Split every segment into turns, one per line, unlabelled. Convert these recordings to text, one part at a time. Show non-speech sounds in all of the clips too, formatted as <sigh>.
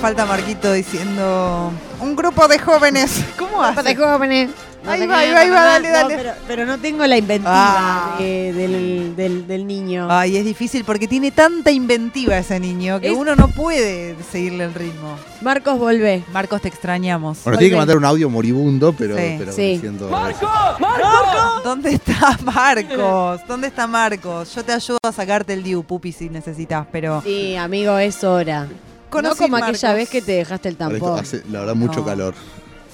falta Marquito diciendo un grupo de
<laughs>
jóvenes. ¿Cómo hace?
de jóvenes.
Ahí va, ahí va, ahí va, dale, dale.
pero, pero no tengo la inventiva
Ah.
eh, del, del- del niño.
Ay, es difícil porque tiene tanta inventiva ese niño que
Es-
uno no puede seguirle el ritmo.
Marcos, volvé.
Marcos, te extrañamos.
<laughs>
Bueno, tiene que mandar un audio moribundo, pero,
Sí.
pero
Sí.
diciendo-
¿Dónde está Marcos? ¿Dónde está Marcos? Yo te ayudo a sacarte el Diu, Pupi, si necesitas, pero...
Sí, amigo, es hora.
Conocí
no como aquella
Marcos.
vez que te dejaste el
Ahora esto
tampón.
hace, la verdad, mucho
No.
calor.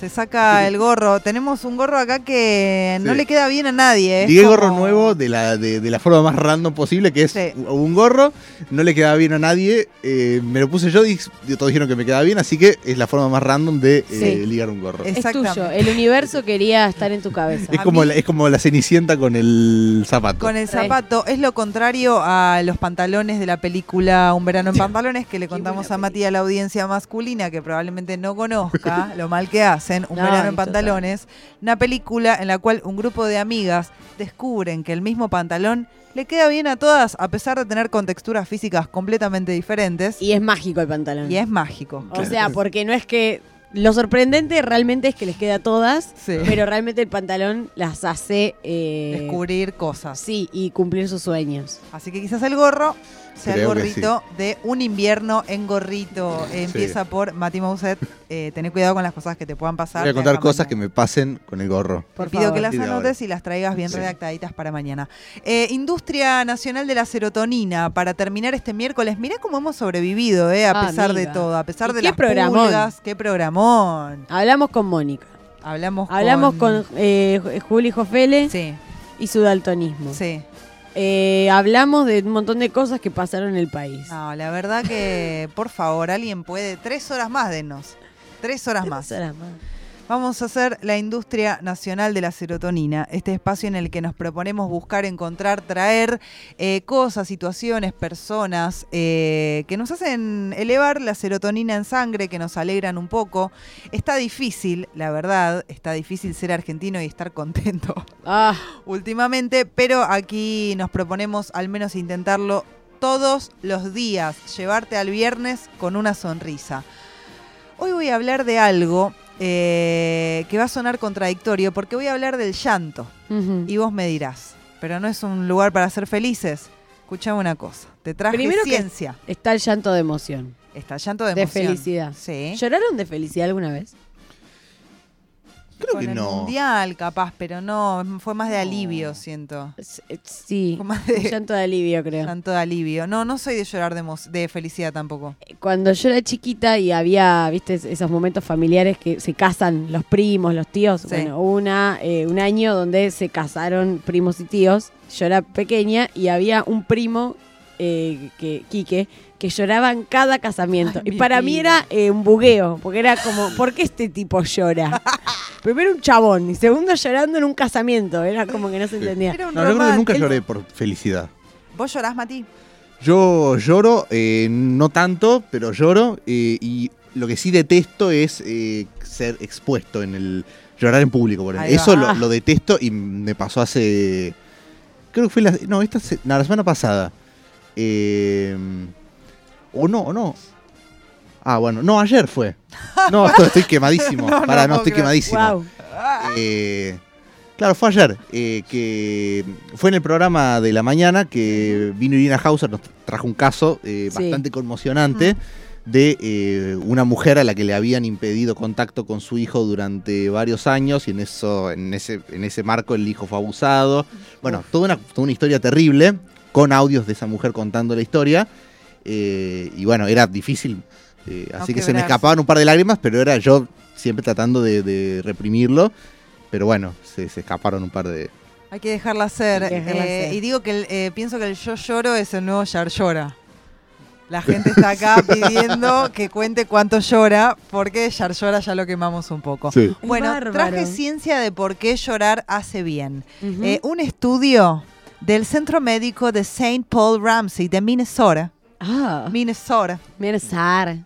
Se saca el gorro. Tenemos un gorro acá que no
Sí.
le queda bien a nadie. es
Ligué
como-
gorro nuevo de la, de, de la forma más random posible, que es
Sí.
un gorro, no le quedaba bien a nadie, eh, me lo puse yo y todos dijeron que me quedaba bien, así que es la forma más random de eh,
Sí.
ligar un gorro.
Es-
Es tuyo.
Exactamente.
El universo quería estar en tu <laughs> cabeza.
Es
a
como,
mí-
la, es como la cenicienta con el zapato.
Con el
Re.
zapato. Es lo contrario a los pantalones de la película Un verano en pantalones, que le contamos
buena
a Mati y a la audiencia masculina, que probablemente no conozca lo mal que hacen, Un
<laughs> No,
verano en
y
pantalones. Una película en la cual un grupo de amigas descubren que el mismo pantalón le queda bien a todas, a pesar de tener contexturas físicas completamente diferentes. Y,
Y Ah. es mágico el pantalón.
es mágico.
O sea, porque no es que. Lo sorprendente realmente es que les queda a todas,
Sí.
pero realmente el pantalón las hace. eh,
Descubrir cosas.
Sí, y cumplir sus sueños.
Así que quizás el gorro sea
Creo
el
que sí.
gorrito de un invierno en
<laughs>
gorrito. Eh, Empieza por Mati Mouset. Eh, tené cuidado con las cosas que te puedan pasar.
Voy a contar cosas que me pasen con el gorro.
Por
pido que
favor.
las
Sí, de
anotes
ahora.
y las traigas bien
Sí.
redactaditas para mañana. Eh, Industria Nacional de la Serotonina, para terminar este miércoles. Mirá cómo hemos sobrevivido, eh, a
Ah,
pesar de
amiga.
todo, a pesar
¿Y
de
qué
las
programón?
pulgas. ¡Qué programón!
Hablamos con Mónica.
Hablamos,
Hablamos con eh, Ju- Juli Jofele
Sí,
y su daltonismo.
sí.
Eh, hablamos de un montón de cosas que pasaron en el país.
No, la verdad que, por favor, alguien puede. Tres horas más denos. Tres horas más.
Será más.
Vamos a hacer la industria nacional de la serotonina, este espacio en el que nos proponemos buscar, encontrar, traer eh, cosas, situaciones, personas eh, que nos hacen elevar la serotonina en sangre, que nos alegran un poco. Está difícil, la verdad, está difícil ser argentino y estar contento
Ah,
últimamente, pero aquí nos proponemos al menos intentarlo todos los días, llevarte al viernes con una sonrisa. Hoy voy a hablar de algo eh, que va a sonar contradictorio, porque voy a hablar del llanto.
ujú.
Y vos me dirás, pero no es un lugar para ser felices. Escuchame una cosa, te traje
Primero que-
ciencia.
Está el llanto de emoción.
Está llanto de
de
emoción.
felicidad.
Sí.
¿Lloraron de felicidad alguna vez?
Creo
Con
que
el
no.
mundial, capaz, pero no, fue más de alivio, siento.
S- eh, Sí.
Fue más
Un
de
llanto de alivio, creo.
Tanto de alivio. No, no soy de llorar de, emo- de felicidad tampoco.
Cuando yo era chiquita y había, viste, es- esos momentos familiares que se casan los primos, los tíos.
Sí.
Bueno, hubo una, eh, un año donde se casaron primos y tíos. Yo era pequeña y había un primo, eh, que, Quique, que lloraba en cada casamiento.
Ay,
y
mi
para mí
vida.
era eh, un bugueo, porque era como, ¿por qué este
<laughs>
tipo llora? Primero un chabón y segundo llorando en un casamiento. Era como que no se entendía.
Era un
No, yo creo que nunca
romántico.
lloré por felicidad.
¿Vos llorás, Mati?
Yo lloro, eh, no tanto, pero lloro. eh, y lo que sí detesto es eh, ser expuesto en el. llorar en público, por ejemplo.
Ahí va. Ah.
Eso lo, lo detesto y me pasó hace. Creo que fue la. No, esta se- no, la semana pasada. Eh, o no, o no. Ah, bueno. No,
<laughs>
ayer fue. No, estoy, estoy quemadísimo.
No, no
Pará, no,
puedo
estoy
creer.
quemadísimo.
Wow.
Eh, claro, fue ayer, eh, que fue en el programa de la mañana que vino Irina Hauser, nos trajo un caso eh,
Sí.
bastante conmocionante de eh, una mujer a la que le habían impedido contacto con su hijo durante varios años y en, eso, en, ese, en ese marco el hijo fue abusado. Bueno, toda una, toda una historia terrible con audios de esa mujer contando la historia eh, y bueno, era difícil. eh,
No
así que se me
quebrarse.
escapaban un par de lágrimas, pero era yo siempre tratando de, de reprimirlo. Pero bueno, se, se escaparon un par de.
Hay que dejarla ser.
Hay que dejarla
Eh,
ser.
Y digo que el- eh, pienso que el yo lloro es el nuevo Yar llora. La gente está
<laughs>
acá pidiendo que cuente cuánto llora, porque Yar llora ya lo quemamos un poco.
Sí.
Es
Bueno,
bárbaro.
traje ciencia de por qué llorar hace bien.
Ujú.
Eh, un estudio del Centro Médico de St. Paul Ramsey de Minnesota,
Ah,
Minnesota,
mira, Sara.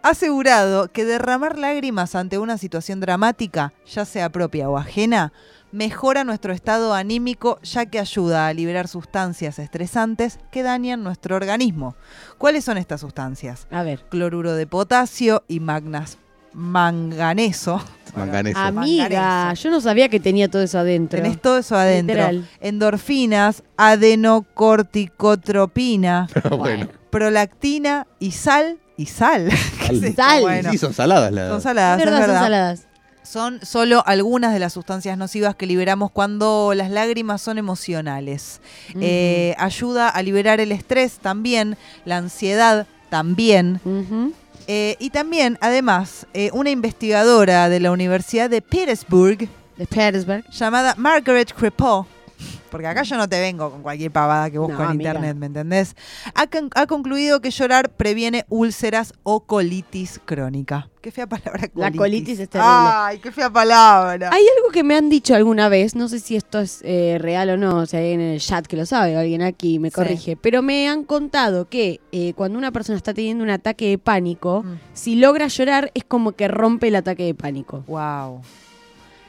ha asegurado que derramar lágrimas ante una situación dramática, ya sea propia o ajena, mejora nuestro estado anímico ya que ayuda a liberar sustancias estresantes que dañan nuestro organismo. ¿Cuáles son estas sustancias?
A ver.
Cloruro de potasio y magnas, manganeso.
Manganeso.
Ah,
Amiga,
Manganeso.
yo no sabía que tenía todo eso adentro. <laughs>
Tenés todo eso adentro.
Literal.
Endorfinas, adenocorticotropina,
<laughs> bueno.
prolactina y sal. Y sal. <laughs> ¿Qué es esto?
Sal.
Bueno,
Sí, son saladas las.
son saladas,
Es
es
verdad, son
verdad.
saladas.
Son solo algunas de las sustancias nocivas que liberamos cuando las lágrimas son emocionales. Eh, ayuda a liberar el estrés también, la ansiedad también.
Ujú, ujú.
Eh, y también, además, eh, una investigadora de la Universidad de Pittsburgh
De Petersburg.
llamada Margaret Crepeau, porque acá yo no te vengo con cualquier pavada que busco
No,
en
amiga.
internet, ¿me entendés? Ha, con- ha concluido que llorar previene úlceras o colitis crónica. Qué fea palabra colitis.
La colitis es terrible.
Ay, qué fea palabra.
Hay algo que me han dicho alguna vez, no sé si esto es eh, real o no, si hay en el chat que lo sabe, alguien aquí me
Sí.
corrige, pero me han contado que eh, cuando una persona está teniendo un ataque de pánico,
Mm.
si logra llorar es como que rompe el ataque de pánico.
Wow.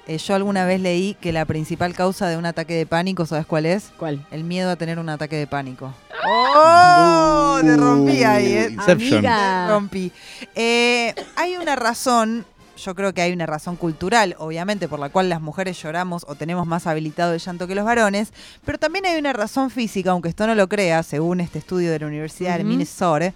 Eh, yo alguna vez leí que la principal causa de un ataque de pánico, ¿sabes cuál es?
¿Cuál?
El miedo a tener un ataque de pánico.
Ah.
¡Oh! Te rompí
Uh,
ahí, ¿eh?
Inception.
Amiga.
Te rompí. Eh, hay una razón, yo creo que hay una razón cultural, obviamente, por la cual las mujeres lloramos o tenemos más habilitado el llanto que los varones, pero también hay una razón física, aunque esto no lo crea, según este estudio de la Universidad de
Ujú.
Minnesota,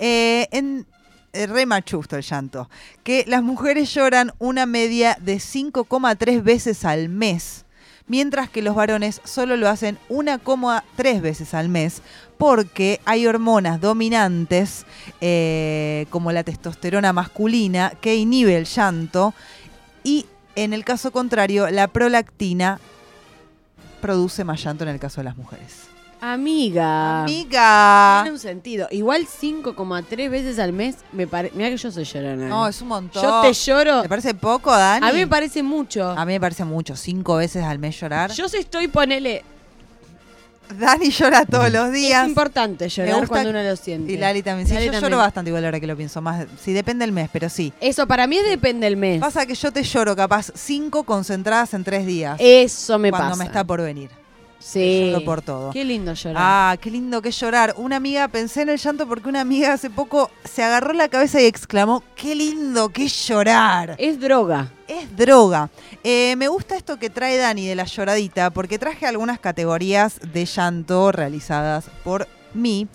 eh, en eh, re machusto el llanto, que las mujeres lloran una media de 5,3 veces al mes. Mientras que los varones solo lo hacen 1,3 veces al mes, porque hay hormonas dominantes eh, como la testosterona masculina, que inhibe el llanto, y en el caso contrario, la prolactina produce más llanto en el caso de las mujeres.
Amiga.
¡Amiga!
Tiene un sentido. Igual 5,3 veces al mes me parece... Mira que yo soy llorona.
No, es un montón.
yo te lloro.
¿Te parece poco, Dani?
A mí me parece mucho.
A mí me parece mucho, cinco veces al mes llorar.
Yo si estoy, ponele...
Dani llora todos los
Es
días.
importante llorar
gusta-
cuando uno lo siente.
Y Lali también. Sí,
Lali
yo
también.
lloro bastante igual ahora que lo pienso más. Sí, depende del mes, pero sí.
Eso para mí depende del mes.
Pasa que yo te lloro capaz cinco concentradas en tres días.
Eso me
cuando
pasa.
me está por venir.
Sí.
Lloro por todo.
Qué lindo llorar.
Ah, qué lindo que llorar. Una amiga, pensé en el llanto porque una amiga hace poco se agarró la cabeza y exclamó, qué lindo que es llorar.
Es droga.
Es droga. Eh, me gusta esto que trae Dani de la lloradita porque traje algunas categorías de llanto realizadas por mí.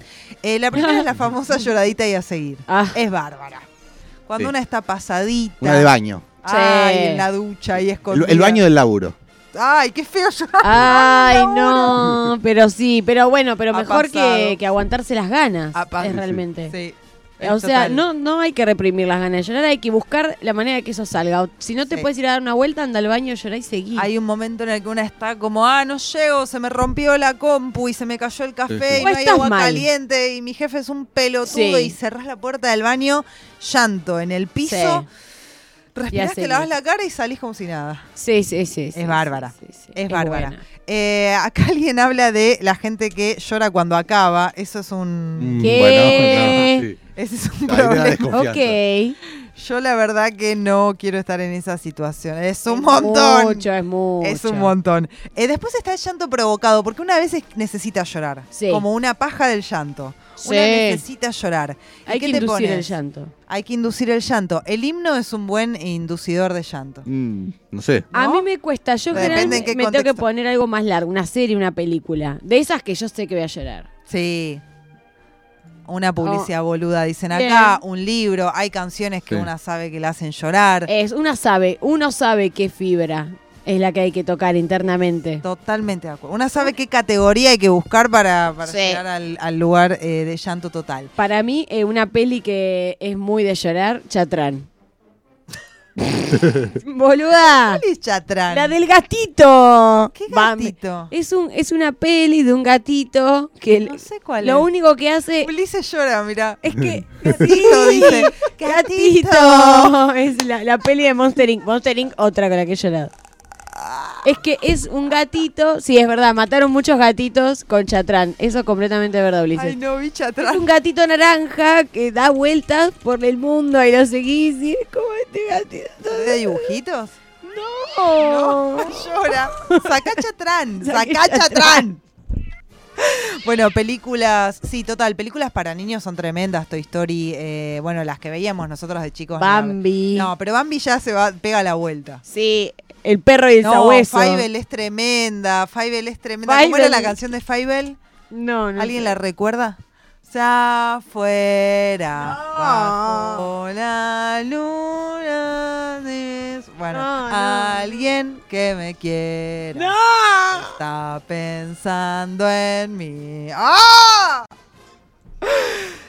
Eh, la primera
<laughs>
es la famosa lloradita y a seguir. <laughs>
Ah,
Es bárbara. Cuando
Sí.
una está pasadita.
Una de baño.
Ay,
Sí.
en la ducha y
El,
escondida.
el baño del laburo.
Ay, qué feo llorar.
Ay, no. Pero sí, pero bueno, pero
Ha
mejor que,
pasado.
que aguantarse las ganas.
Ha pasado.
Es realmente.
Sí.
O
es
sea,
total.
no, no hay que reprimir las ganas de llorar, hay que buscar la manera de que eso salga. O si no te
Sí.
puedes ir a dar una vuelta, anda al baño, llorá y seguí.
Hay un momento en el que una está como, ah, no llego, se me rompió la compu y se me cayó el café
Sí, sí.
y
Pues
no hay
estás
agua
mal.
caliente y mi jefe es un pelotudo
Sí.
y cerrás la puerta del baño, llanto en el piso, respirás,
hace
te lavas
bien.
la cara y salís como si nada.
Sí, sí, sí. sí, sí,
bárbara.
sí, sí.
Es bárbara.
buena.
Eh, acá alguien habla de la gente que llora cuando acaba, eso es un...
Mm,
¿Qué?
Bueno, no,
Ese es un
sí. Ahí me da
problema.
desconfianza.
Ok.
Yo la verdad que no quiero estar en esa situación. Es un montón.
Mucho, es mucho.
Es un montón. Eh, después está el llanto provocado, porque una vez es- necesita llorar.
Sí.
Como una paja del llanto.
Sí.
Una necesita llorar. ¿Y
Hay
qué
que
te
inducir el
pones?
llanto.
Hay que inducir el llanto. El himno es un buen inducidor de llanto.
Mm, no sé.
A
¿No?
mí me cuesta, yo
Depende
generalmente
en qué
me tengo que
contexto.
poner algo más largo, una serie, una película. De esas que yo sé que voy
<laughs>
a llorar.
Sí. Una publicidad boluda, dicen
Oh. Bien.
acá, un libro, hay canciones que
Sí.
una sabe que la hacen llorar.
Es, una sabe, uno sabe qué fibra es la que hay que tocar internamente.
Totalmente de acuerdo. Una sabe qué categoría hay que buscar para, para
Sí.
llegar al, al lugar eh, de llanto total.
Para mí, eh, una peli que es muy de llorar,
<laughs>
Chatrán. ¡Boluda!
¿Cuál es Chatrán?
Ah, ¡La del gatito!
¿Qué
Va,
gatito?
es, un, es una peli de un gatito que
No sé cuál
lo
es.
único que hace
Ulises llora, mira. <laughs>
es que...
Gatito, dice.
eh, ¡Gatito! Es la, la peli de Monster Inc. Monster Inc. otra con la que he llorado.
Ah.
Es que es un gatito. Sí, es verdad, mataron muchos gatitos con chatrán. Eso es completamente verdad, Ulises.
Ay, no, bicha
Es
atrás.
un gatito naranja que da vueltas por el mundo y lo seguís y es como este gatito.
¿De dibujitos?
No,
No,
<laughs>
llora. Sacá chatrán, <laughs> sacá chatrán. Bueno, películas, sí, total, películas para niños son tremendas, Toy Story, eh, bueno, las que veíamos nosotros de chicos. no la-
Bambi.
No, pero Bambi ya se va, pega la vuelta.
Sí, el perro y el
No,
sabueso.
Fievel es tremenda, Fievel es tremenda. ¿Cómo era
Fievel.
la canción de Fievel?
No, no.
¿Alguien
sé.
la recuerda? Ya fuera
No.
bajo la luna de- Bueno,
No, no.
alguien que me quiera
¡No!
está pensando en mí. ¡Ah!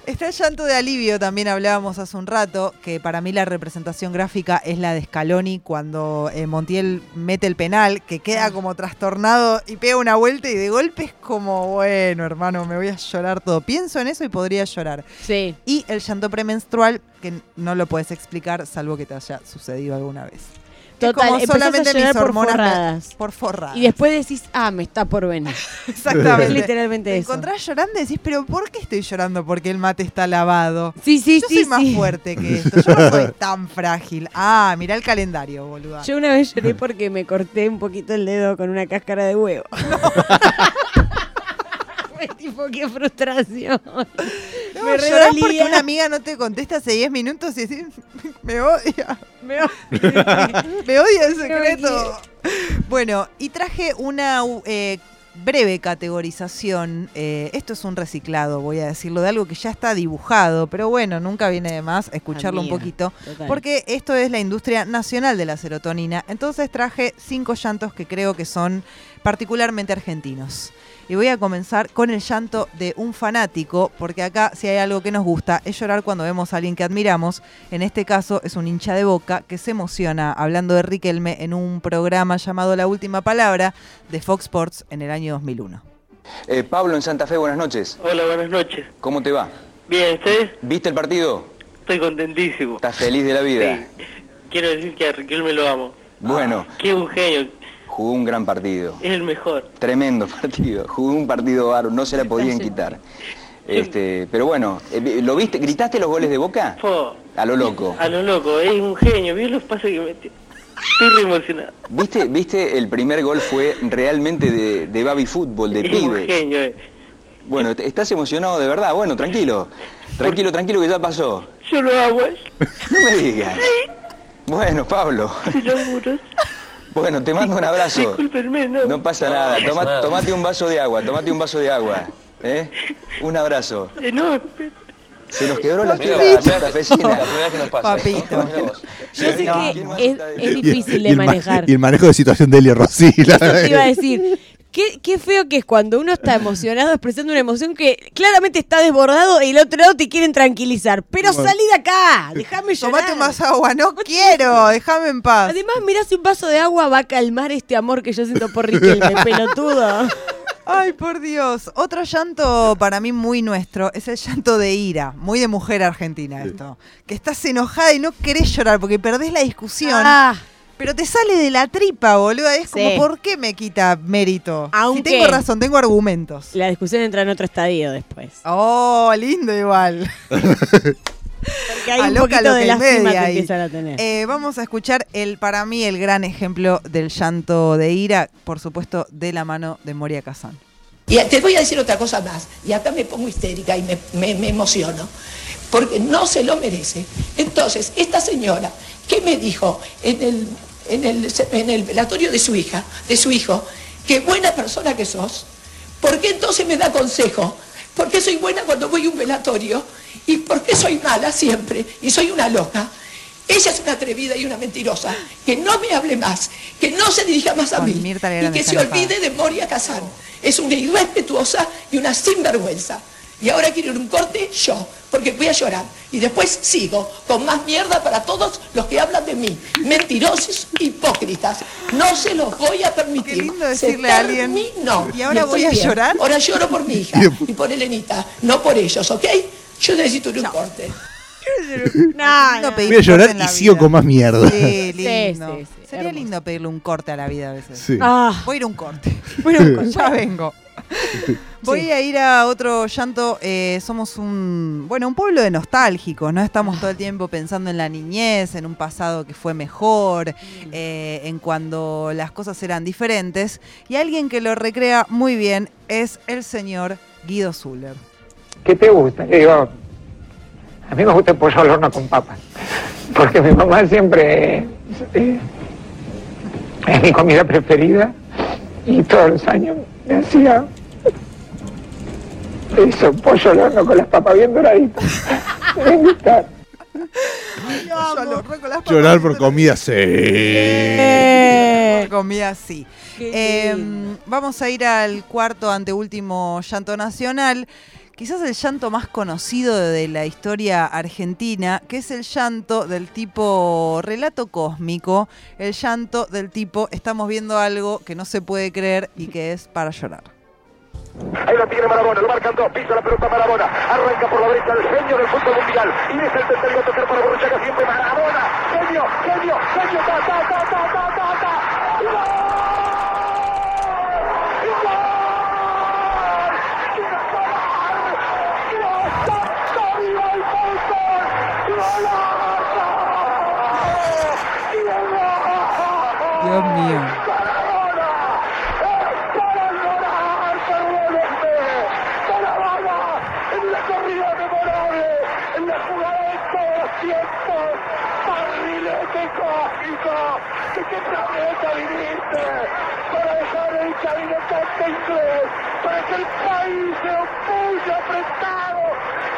Está el llanto de alivio, también hablábamos hace un rato, que para mí la representación gráfica es la de Scaloni cuando eh, Montiel mete el penal, que
Ah.
queda como trastornado y pega una vuelta y de golpe es como, bueno, hermano, me voy a llorar todo. Pienso en eso y podría llorar.
Sí.
Y el llanto premenstrual, que no lo puedes explicar salvo que te haya sucedido alguna vez. Que es
Total,
como
empezás a llorar por forradas.
Por forradas.
Y después decís, ah, me está
<laughs>
por venir. Es
Exactamente.
literalmente
Te
eso.
encontrás llorando y decís, pero ¿por qué estoy llorando? Porque el mate está lavado.
Sí, sí,
Yo
sí.
soy más
sí.
fuerte
<laughs>
que esto. Yo no soy tan frágil. Ah, mirá el calendario, boluda.
Yo una vez lloré porque me corté un poquito el dedo con una cáscara de huevo. <laughs> Fue tipo, qué frustración.
No,
me re
llorás
dolía.
porque una amiga no te contesta hace 10 minutos y decís, <laughs> me odia.
Me- <laughs> sí,
Me odia el
me
secreto. Bueno, y traje una u- eh, breve categorización. Eh, esto es un reciclado, voy a decirlo, de algo que ya está dibujado, pero bueno, nunca viene de más escucharlo
Amiga.
un poquito.
Total.
Porque esto es la industria nacional de la serotonina. Entonces traje cinco llantos que creo que son particularmente argentinos. Y voy a comenzar con el llanto de un fanático, porque acá si hay algo que nos gusta es llorar cuando vemos a alguien que admiramos. En este caso es un hincha de boca que se emociona hablando de Riquelme en un programa llamado La Última Palabra de Fox Sports en el año 2001.
Eh, Pablo en Santa Fe, buenas noches.
Hola, buenas noches.
¿Cómo te va?
Bien, ¿ustedes?
¿Viste el partido?
Estoy contentísimo.
¿Estás feliz de la vida?
Sí. Quiero decir que a Riquelme lo amo.
Bueno,
Qué un genio,
jugó un gran partido.
es el mejor.
Tremendo <laughs> partido. Jugó un partido bárbaro, no se la podían quitar. Este, pero bueno, eh, vi- ¿lo viste? ¿Gritaste los goles de Boca?
Fo,
A lo loco.
a lo loco, es un genio. ¿Vio los pases que metió? Estoy re emocionado.
¿Viste? ¿Viste? El primer gol fue realmente de, de Babi Fútbol, de
es un
pibe.
genio. eh.
Bueno, te- estás emocionado de verdad. Bueno, tranquilo. Tranquilo, tranquilo que ya pasó.
Yo lo amo, eh.
No me digas. Bueno, Pablo.
te lo juro.
Bueno, te mando un abrazo.
Discúlpenme, no.
No pasa nada, Toma- tomate un vaso de agua, tomate un vaso de agua. ¿eh? Un abrazo.
Eh, no,
Se nos quebró la tierra santafesina.
Papito.
Yo sé
No, ¿quién más
que es,
está de-
es difícil
y
de
el ma-
manejar.
Y el manejo de situación de Eli Rossi. la-
Eso te iba a decir. Qué, qué feo que es cuando uno está emocionado expresando una emoción que claramente está desbordado y el otro lado te quieren tranquilizar. Pero salí de acá, déjame llorar.
Tomate más agua, no quiero, déjame en paz.
Además, mirá si un vaso de agua va a calmar este amor que yo siento por
<laughs>
Riquelme, pelotudo.
Ay, por Dios. Otro llanto para mí muy nuestro es el llanto de ira, muy de mujer argentina esto. Que estás enojada y no querés llorar porque perdés la discusión,
Ah,
pero te sale de la tripa, boludo. Es como,
Sí.
¿por qué me quita mérito?
Aunque-
Si tengo razón, tengo argumentos.
la discusión entra en otro estadio después.
Oh, lindo igual.
Porque hay
A
un
loca
poquito
lo
de
que
lástima
media
que
ahí.
empiezan a tener.
Eh, vamos a escuchar el para mí el gran ejemplo del llanto de ira, por supuesto, de la mano de Moria Kazan.
Y te voy a decir otra cosa más, y acá me pongo histérica y me, me- me emociono, porque no se lo merece. Entonces, esta señora, ¿qué me dijo en el, en el, en el velatorio de su hija, de su hijo? Qué buena persona que sos. ¿Por qué entonces me da consejo? ¿Por qué soy buena cuando voy a un velatorio? ¿Y por qué soy mala siempre? ¿Y soy una loca? Ella es una atrevida y una mentirosa. Que no me hable más, que no se dirija más a
Con
mí
Mirta
y
Legrand
que
está
se
enojada.
olvide de Moria Kazan. Es una irrespetuosa y una sinvergüenza. Y ahora quiero ir a un corte yo, porque voy a llorar. Y después sigo con más mierda para todos los que hablan de mí. Mentirosos, hipócritas. No se los voy a permitir.
Qué lindo
Se
decirle a alguien,
terminó.
"Y ahora
Y estoy
voy a
bien.
llorar".
Ahora lloro por mi hija y por Elenita, no por ellos, ¿ok? Yo necesito ir a un corte.
no,
Lindo
no.
pedir
Voy a llorar
corte en
y
la
sigo
vida.
con más mierda.
Sí,
Sí,
lindo.
sí, sí,
Sería
hermoso.
lindo pedirle un corte a la vida a veces.
Sí.
Ah,
<laughs> Voy a ir a un corte.
bueno,
ya vengo. Voy a ir a otro llanto. eh, somos un, bueno, un pueblo de nostálgicos, ¿no? Estamos todo el tiempo pensando en la niñez, en un pasado que fue mejor, eh, en cuando las cosas eran diferentes. Y alguien que lo recrea muy bien es el señor Guido Zuller.
¿Qué te gusta? Yo digo, a mí me gusta el pollo al horno con papas. Porque mi mamá siempre eh, es mi comida preferida y todos los años me hacía eso, pollo al horno con las papas bien doraditas. Me gusta.
Yo lo roco las
<laughs> Llorar
papas.
por comida, sí.
eh,
Por comida, sí.
Qué
Eh,
lindo.
vamos a ir al cuarto anteúltimo llanto nacional. Quizás el llanto más conocido de la historia argentina, que es el llanto del tipo relato cósmico, el llanto del tipo estamos viendo algo que no se puede creer y que es para llorar.
Ahí la tiene Marabona, lo marcan dos, pisa la pelota Marabona, arranca por la derecha el genio del fútbol mundial, y es el tercero a tocar para Borruchaga, siempre Marabona, genio, genio, genio, ta, ta, ta, ta, ta, ta, ta, ¡Gol! ¡Gol! ¡Quiero llorar! ¡Quiero ser campeón del fútbol! ¡Golazo! ¡Golazo!
Dios mío.
¿De qué planeta viniste? Para dejar el cabinetante inglés, para que el país se opulle apretado,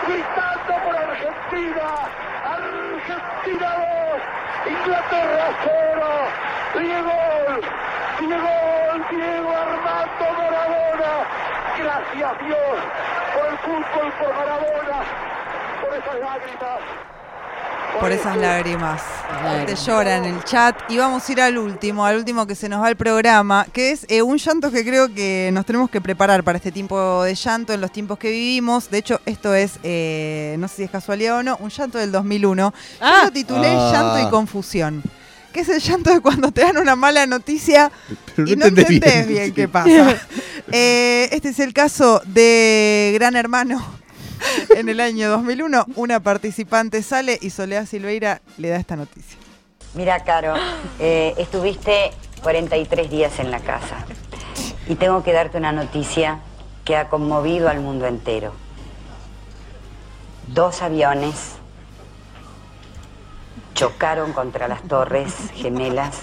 gritando por Argentina. Argentina 2, Inglaterra 0. Diego, Diego, Diego Armando Maradona. Gracias Dios por el fútbol, por Maradona, por esas lágrimas.
Por esas lágrimas. Te lloran en el chat. Y vamos a ir al último, al último que se nos va el programa, que es eh, un llanto que creo que nos tenemos que preparar para este tiempo de llanto en los tiempos que vivimos. De hecho, esto es, eh, no sé si es casualidad o no, un llanto del 2001.
Ah.
Yo lo titulé
Ah.
Llanto y Confusión. Que es el llanto de cuando te dan una mala noticia
Pero
y no
entendés
entendés bien,
sí.
qué <laughs> pasa. Eh, este es el caso de Gran Hermano. <laughs> En el año 2001, una participante sale y Soledad Silveira le da esta noticia.
Mira, Caro, eh, estuviste 43 días en la casa y tengo que darte una noticia que ha conmovido al mundo entero. Dos aviones chocaron contra las torres gemelas,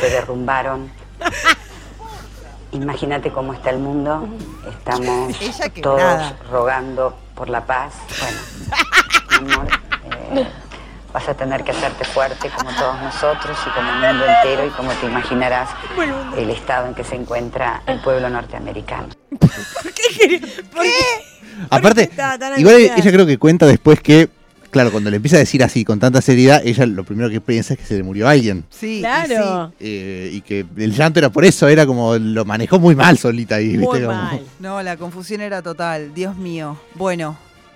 se derrumbaron. Imagínate cómo está el mundo. Estamos
Ella que
todos
nada.
rogando por la paz. Bueno, mi amor, eh, vas a tener que hacerte fuerte como todos nosotros y como el mundo entero y como te imaginarás el estado en que se encuentra el pueblo norteamericano.
Aparte,
estaba tan
igual
angustiada?
ella creo que cuenta después que, claro, cuando le empieza a decir así con tanta seriedad, ella lo primero que piensa es que se le murió alguien.
Sí, y
Claro.
Eh, y que el llanto era por eso, era como lo manejó muy mal solita ahí, ¿viste?
Muy
Como-
mal.
sí. No, la confusión era total, Dios mío. Bueno,